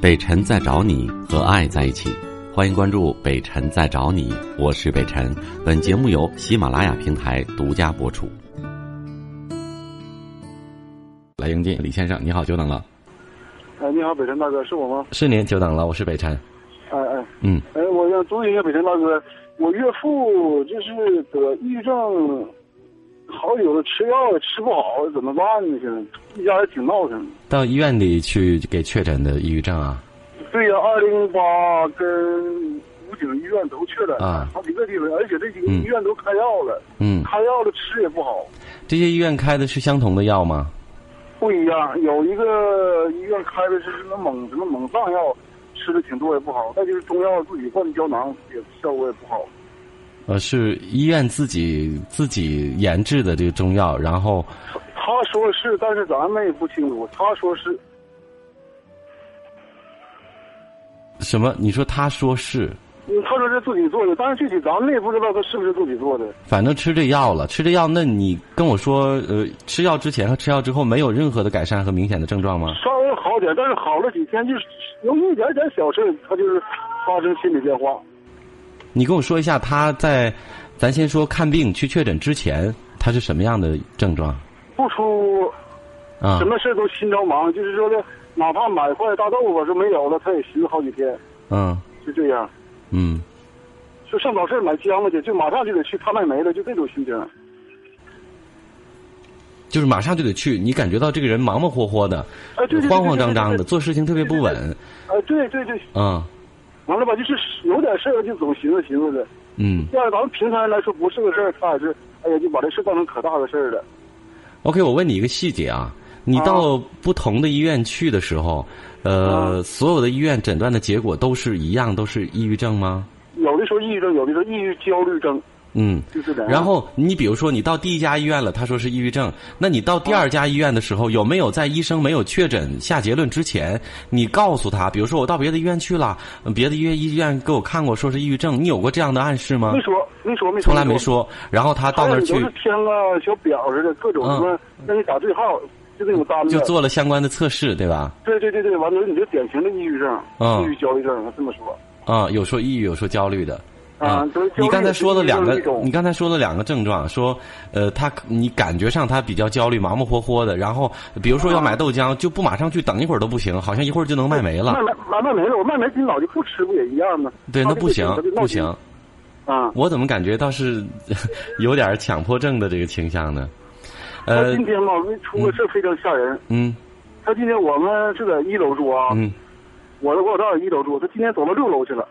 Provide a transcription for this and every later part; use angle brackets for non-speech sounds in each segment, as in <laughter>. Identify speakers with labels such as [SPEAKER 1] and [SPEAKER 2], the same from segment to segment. [SPEAKER 1] 北辰在找你和爱在一起，欢迎关注北辰在找你，我是北辰。本节目由喜马拉雅平台独家播出。来迎进李先生，你好，久等了，
[SPEAKER 2] 哎，你好，北辰大哥，是我吗？
[SPEAKER 1] 是您久等了，我是北辰。
[SPEAKER 2] 哎哎，
[SPEAKER 1] 嗯，
[SPEAKER 2] 哎，我想咨询一下北辰大哥，我岳父就是得抑郁症，好久了吃药也吃不好，怎么办呢？现在一家也挺闹腾。
[SPEAKER 3] 到医院里去给确诊的抑郁症啊？
[SPEAKER 2] 对呀、二零八跟武警医院都去了，
[SPEAKER 3] 啊
[SPEAKER 2] 好几个地方，而且这几个医院都开药了，
[SPEAKER 3] 嗯，
[SPEAKER 2] 开药了吃也不好，
[SPEAKER 3] 这些医院开的是相同的药吗？
[SPEAKER 2] 不一样。有一个医院开的是什么猛什么猛上药，吃的挺多也不好，再就是中药自己灌的胶囊也效果也不好。
[SPEAKER 3] 呃，是医院自己自己研制的这个中药，然后
[SPEAKER 2] 他说是，但是咱们也不清楚。他说是，
[SPEAKER 3] 什么？你说他说是，
[SPEAKER 2] 嗯他说是自己做的，但是具体咱们也不知道他是不是自己做的。
[SPEAKER 3] 反正吃这药了，吃这药，那你跟我说，呃，吃药之前和吃药之后没有任何的改善和明显的症状吗？
[SPEAKER 2] 稍微好点，但是好了几天，就是有一点点小事儿，他就是发生心理变化。
[SPEAKER 3] 你跟我说一下，他在咱先说看病去确诊之前，他是什么样的症状
[SPEAKER 2] 不出
[SPEAKER 3] 啊
[SPEAKER 2] 什？么事儿都心着忙，就是说的，哪怕买块大豆腐是没有了，他也寻思好几天，
[SPEAKER 3] 嗯
[SPEAKER 2] 就这样。
[SPEAKER 3] 嗯，
[SPEAKER 2] 就上早市买姜子去，就马上就得去拍卖没了，就这种心情。
[SPEAKER 3] 就是马上就得去，你感觉到这个人忙忙活活的，
[SPEAKER 2] 哎，对对对对对
[SPEAKER 3] 慌慌张张的，
[SPEAKER 2] 对对
[SPEAKER 3] 做事情特别不稳。
[SPEAKER 2] 哎，对对对，
[SPEAKER 3] 嗯
[SPEAKER 2] 完了吧，就是有点事儿就总寻思寻思的。
[SPEAKER 3] 嗯
[SPEAKER 2] 要是咱们平常人来说不是个事儿，他也是，哎呀，就把这事当成可大的事儿了。
[SPEAKER 3] ，OK，我问你一个细节啊，你到不同的医院去的时候，
[SPEAKER 2] 啊
[SPEAKER 3] 呃，所有的医院诊断的结果都是一样，都是抑郁症吗？
[SPEAKER 2] 有的时候抑郁症，有的时候抑郁焦虑症，
[SPEAKER 3] 嗯。
[SPEAKER 2] 就是这样。
[SPEAKER 3] 然后你比如说，你到第一家医院了，他说是抑郁症，那你到第二家医院的时候，有没有在医生没有确诊下结论之前，你告诉他，比如说我到别的医院去了，呃别的医院医院给我看过说是抑郁症，你有过这样的暗示吗
[SPEAKER 2] 没？说没说没说，
[SPEAKER 3] 从来没。说。然后他到那儿去嗯
[SPEAKER 2] 还有你都是填个小表似的，各种什么让你打对号，就那种单子。
[SPEAKER 3] 就做了相关的测试，对吧？
[SPEAKER 2] 对对对对，完了你就典型的抑郁症，
[SPEAKER 3] 嗯
[SPEAKER 2] 抑郁焦虑症，这么说。
[SPEAKER 3] 啊、有说抑郁，有说焦虑的。
[SPEAKER 2] 啊
[SPEAKER 3] 啊
[SPEAKER 2] 就是焦虑，
[SPEAKER 3] 你刚才说的两
[SPEAKER 2] 是
[SPEAKER 3] 个
[SPEAKER 2] 一种，
[SPEAKER 3] 你刚才说的两个症状，说，呃，他你感觉上他比较焦虑、忙忙活活的，然后比如说要买豆浆，就不马上去，等一会儿都不行，好像一会儿就能卖没了
[SPEAKER 2] 卖。卖卖卖没了，我卖没今早就不吃不也一样吗？
[SPEAKER 3] 对，那不行
[SPEAKER 2] 他就，
[SPEAKER 3] 不行，
[SPEAKER 2] 啊！
[SPEAKER 3] 我怎么感觉倒是 <laughs> 有点强迫症的这个倾向呢？
[SPEAKER 2] 他
[SPEAKER 3] 呃
[SPEAKER 2] 今，天吧，出个事儿非常吓人。
[SPEAKER 3] 嗯
[SPEAKER 2] 他今天我们是在一楼住啊，
[SPEAKER 3] 嗯，
[SPEAKER 2] 我我到一楼住，他今天走到六楼去了，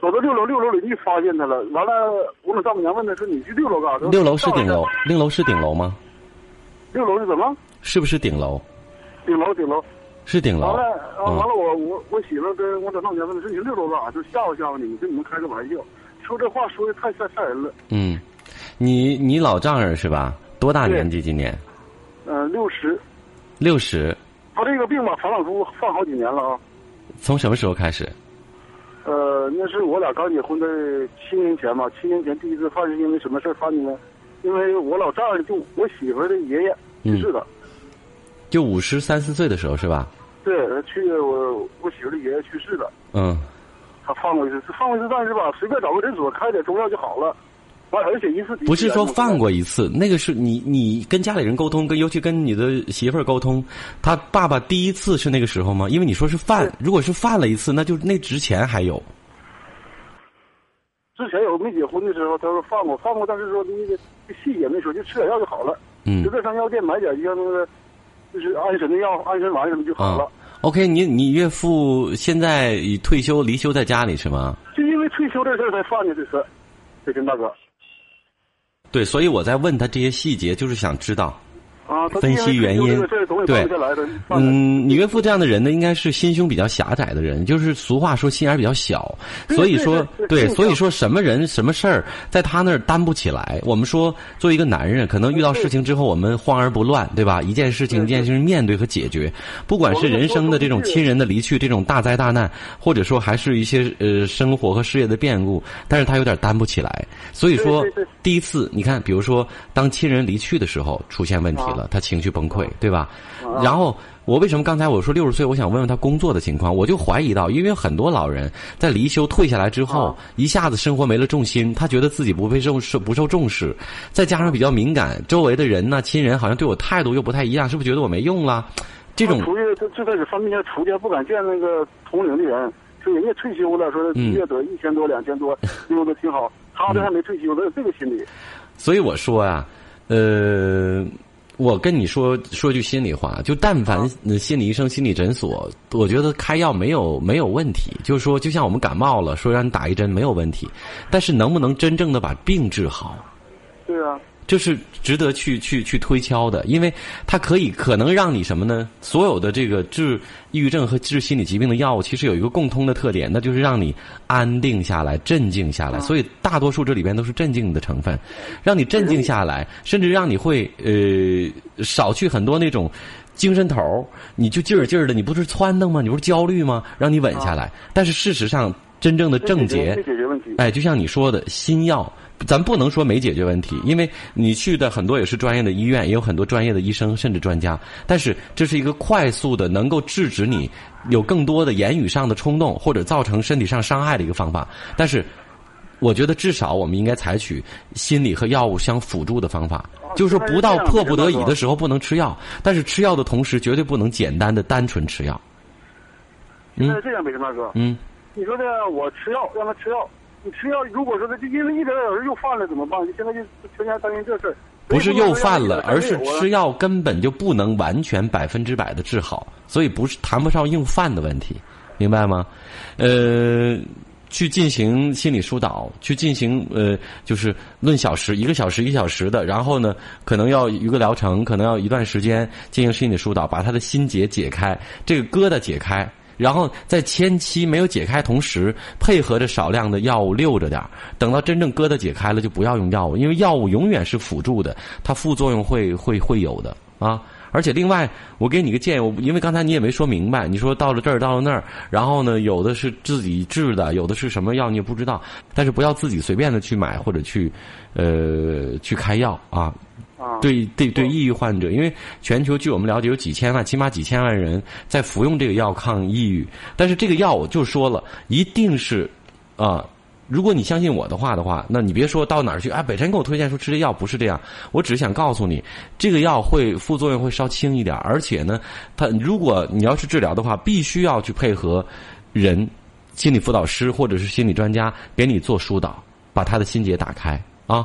[SPEAKER 2] 走到六楼，六楼邻居发现他了，完了，我们丈母娘问他说：“你去六楼干啥？”他说
[SPEAKER 3] 六楼是顶楼
[SPEAKER 2] 上来，
[SPEAKER 3] 六楼是顶楼吗？
[SPEAKER 2] 六楼是怎么？
[SPEAKER 3] 是不是顶楼？
[SPEAKER 2] 顶楼，顶楼。
[SPEAKER 3] 是顶
[SPEAKER 2] 完
[SPEAKER 3] 楼
[SPEAKER 2] 了，啊
[SPEAKER 3] 嗯
[SPEAKER 2] 完了，我我我媳妇儿跟我在丈母娘问他说：“你去六楼干啥？”就吓唬吓唬你，你跟你们开个玩笑，说这话说的太吓吓人了。
[SPEAKER 3] 嗯，你你老丈人是吧？多大
[SPEAKER 2] 对
[SPEAKER 3] 年纪？今年
[SPEAKER 2] 嗯、六十，
[SPEAKER 3] 六十。
[SPEAKER 2] 他这个病吧，反反复复犯好几年了啊。
[SPEAKER 3] 从什么时候开始？
[SPEAKER 2] 呃，那是我俩刚结婚的七年前吧，七年前第一次犯是因为什么事儿犯的呢？因为我老丈人就我媳妇儿的爷爷
[SPEAKER 3] 嗯
[SPEAKER 2] 去世了，
[SPEAKER 3] 就五十三四岁的时候是吧？
[SPEAKER 2] 对，去我我媳妇儿的爷爷去世了，
[SPEAKER 3] 嗯，
[SPEAKER 2] 他犯过一次，犯过一次，但是吧，随便找个诊所开点中药就好了，完而且一次
[SPEAKER 3] 不是说犯，过一次，那个是你你跟家里人沟通，跟尤其跟你的媳妇儿沟通，他爸爸第一次是那个时候吗？因为你说是犯，如果是犯了一次，那就那之前还有。
[SPEAKER 2] 之前有没结婚的时候，他说犯过，犯过，但是说那个细节没说，就吃点药就好了，
[SPEAKER 3] 嗯
[SPEAKER 2] 随便上药店买点像那个就是安神的药、安神丸什么就好
[SPEAKER 3] 啊
[SPEAKER 2] 了。
[SPEAKER 3] ，OK，你你岳父现在已退休离休在家里是吗？
[SPEAKER 2] 就因为退休这事儿才犯的这事儿，北京大哥。
[SPEAKER 3] 对，所以我在问他这些细节，就是想知道。
[SPEAKER 2] 啊，他
[SPEAKER 3] 分析原因
[SPEAKER 2] 这个事儿总得放不下来的。放下来，
[SPEAKER 3] 嗯，你岳父这样的人呢，应该是心胸比较狭窄的人，就是俗话说心眼儿比较小，
[SPEAKER 2] 对
[SPEAKER 3] 所以
[SPEAKER 2] 对
[SPEAKER 3] 说
[SPEAKER 2] 对对
[SPEAKER 3] 对，
[SPEAKER 2] 是
[SPEAKER 3] 所
[SPEAKER 2] 这
[SPEAKER 3] 以说什么人什么事儿，在他那儿担不起来。我们说，作为一个男人，可能遇到
[SPEAKER 2] 对
[SPEAKER 3] 事情之后，我们慌而不乱，对吧？一件事情一
[SPEAKER 2] 嗯对
[SPEAKER 3] 件事情面对和解决，不管是
[SPEAKER 2] 我们
[SPEAKER 3] 人生的这种
[SPEAKER 2] 说
[SPEAKER 3] 亲人的离去，这种大灾大难，或者说还是一些呃生活和事业的变故，但是他有点担不起来。所以说
[SPEAKER 2] 对对对，
[SPEAKER 3] 第一次你看，比如说当亲人离去的时候出现问题
[SPEAKER 2] 啊
[SPEAKER 3] 了。了，他情绪崩溃，对吧？然后我为什么刚才我说六十岁，我想问问他工作的情况，我就怀疑到，因为很多老人在离休退下来之后，一下子生活没了重心，他觉得自己不被重视，不受重视，再加上比较敏感，周围的人呐、亲人好像对我态度又不太一样，是不是觉得我没用了？这种
[SPEAKER 2] 他出去，他最开始翻面出去，不敢见那个同龄的人，说人家退休了，说
[SPEAKER 3] 嗯
[SPEAKER 2] 一月得一千多、两千
[SPEAKER 3] <laughs>
[SPEAKER 2] 多，用的挺好。他这还没退休，他有这个心理。
[SPEAKER 3] 所以我说啊，呃，我跟你说说句心里话，就但凡呃心理医生、心理诊所，我觉得开药没有没有问题。就是说，就像我们感冒了，说让你打一针没有问题，但是能不能真正的把病治好，
[SPEAKER 2] 对啊，
[SPEAKER 3] 这是值得去去去推敲的，因为它可以可能让你什么呢？所有的这个治抑郁症和治心理疾病的药物，其实有一个共通的特点，那就是让你安定下来、镇静下来。所以大多数这里边都是镇静的成分，让你镇静下来，甚至让你会呃少去很多那种。精神头儿你就劲儿劲儿的，你不是撺掇吗？你不是焦虑吗？让你稳下来。但是事实上，真正的症结
[SPEAKER 2] 没解决问题。
[SPEAKER 3] 哎，就像你说的，新药，咱不能说没解决问题，因为你去的很多也是专业的医院，也有很多专业的医生甚至专家，但是这是一个快速的能够制止你有更多的言语上的冲动或者造成身体上伤害的一个方法。但是，我觉得至少我们应该采取心理和药物相辅助的方法，哦就是说不到迫不得已的时候不能吃药，但是吃药的同时绝对不能简单的单纯吃药。嗯
[SPEAKER 2] 现在这样，北辰大哥，
[SPEAKER 3] 嗯，
[SPEAKER 2] 你说呢？我吃药，让他吃药。你吃药，如果说他就因为一点点儿又犯了怎么办？现在就全家担心这事儿。
[SPEAKER 3] 不是又犯了，
[SPEAKER 2] 所以
[SPEAKER 3] 而
[SPEAKER 2] 说
[SPEAKER 3] 是
[SPEAKER 2] 让他有啊
[SPEAKER 3] 吃药根本就不能完全百分之百的治好，所以不是谈不上硬犯的问题，明白吗？呃，去进行心理疏导，去进行呃，就是论小时，一个小时一小时的，然后呢，可能要一个疗程，可能要一段时间进行心理疏导，把他的心结解开，这个疙瘩解开。然后在前期没有解开同时，配合着少量的药物溜着点儿等到真正疙瘩解开了，就不要用药物，因为药物永远是辅助的，它副作用会会会有的啊。而且另外，我给你个建议，我因为刚才你也没说明白，你说到了这儿到了那儿，然后呢，有的是自己治的，有的是什么药你也不知道，但是不要自己随便的去买或者去，呃，去开药啊，
[SPEAKER 2] 啊，
[SPEAKER 3] 对对对，抑郁患者，因为全球据我们了解有几千万，起码几千万人在服用这个药抗抑郁，但是这个药我就说了，一定是啊、如果你相信我的话的话，那你别说到哪儿去啊，北辰给我推荐说吃这药不是这样，我只是想告诉你，这个药会副作用会稍轻一点，而且呢，它如果你要是治疗的话，必须要去配合人心理辅导师或者是心理专家给你做疏导，把他的心结打开啊。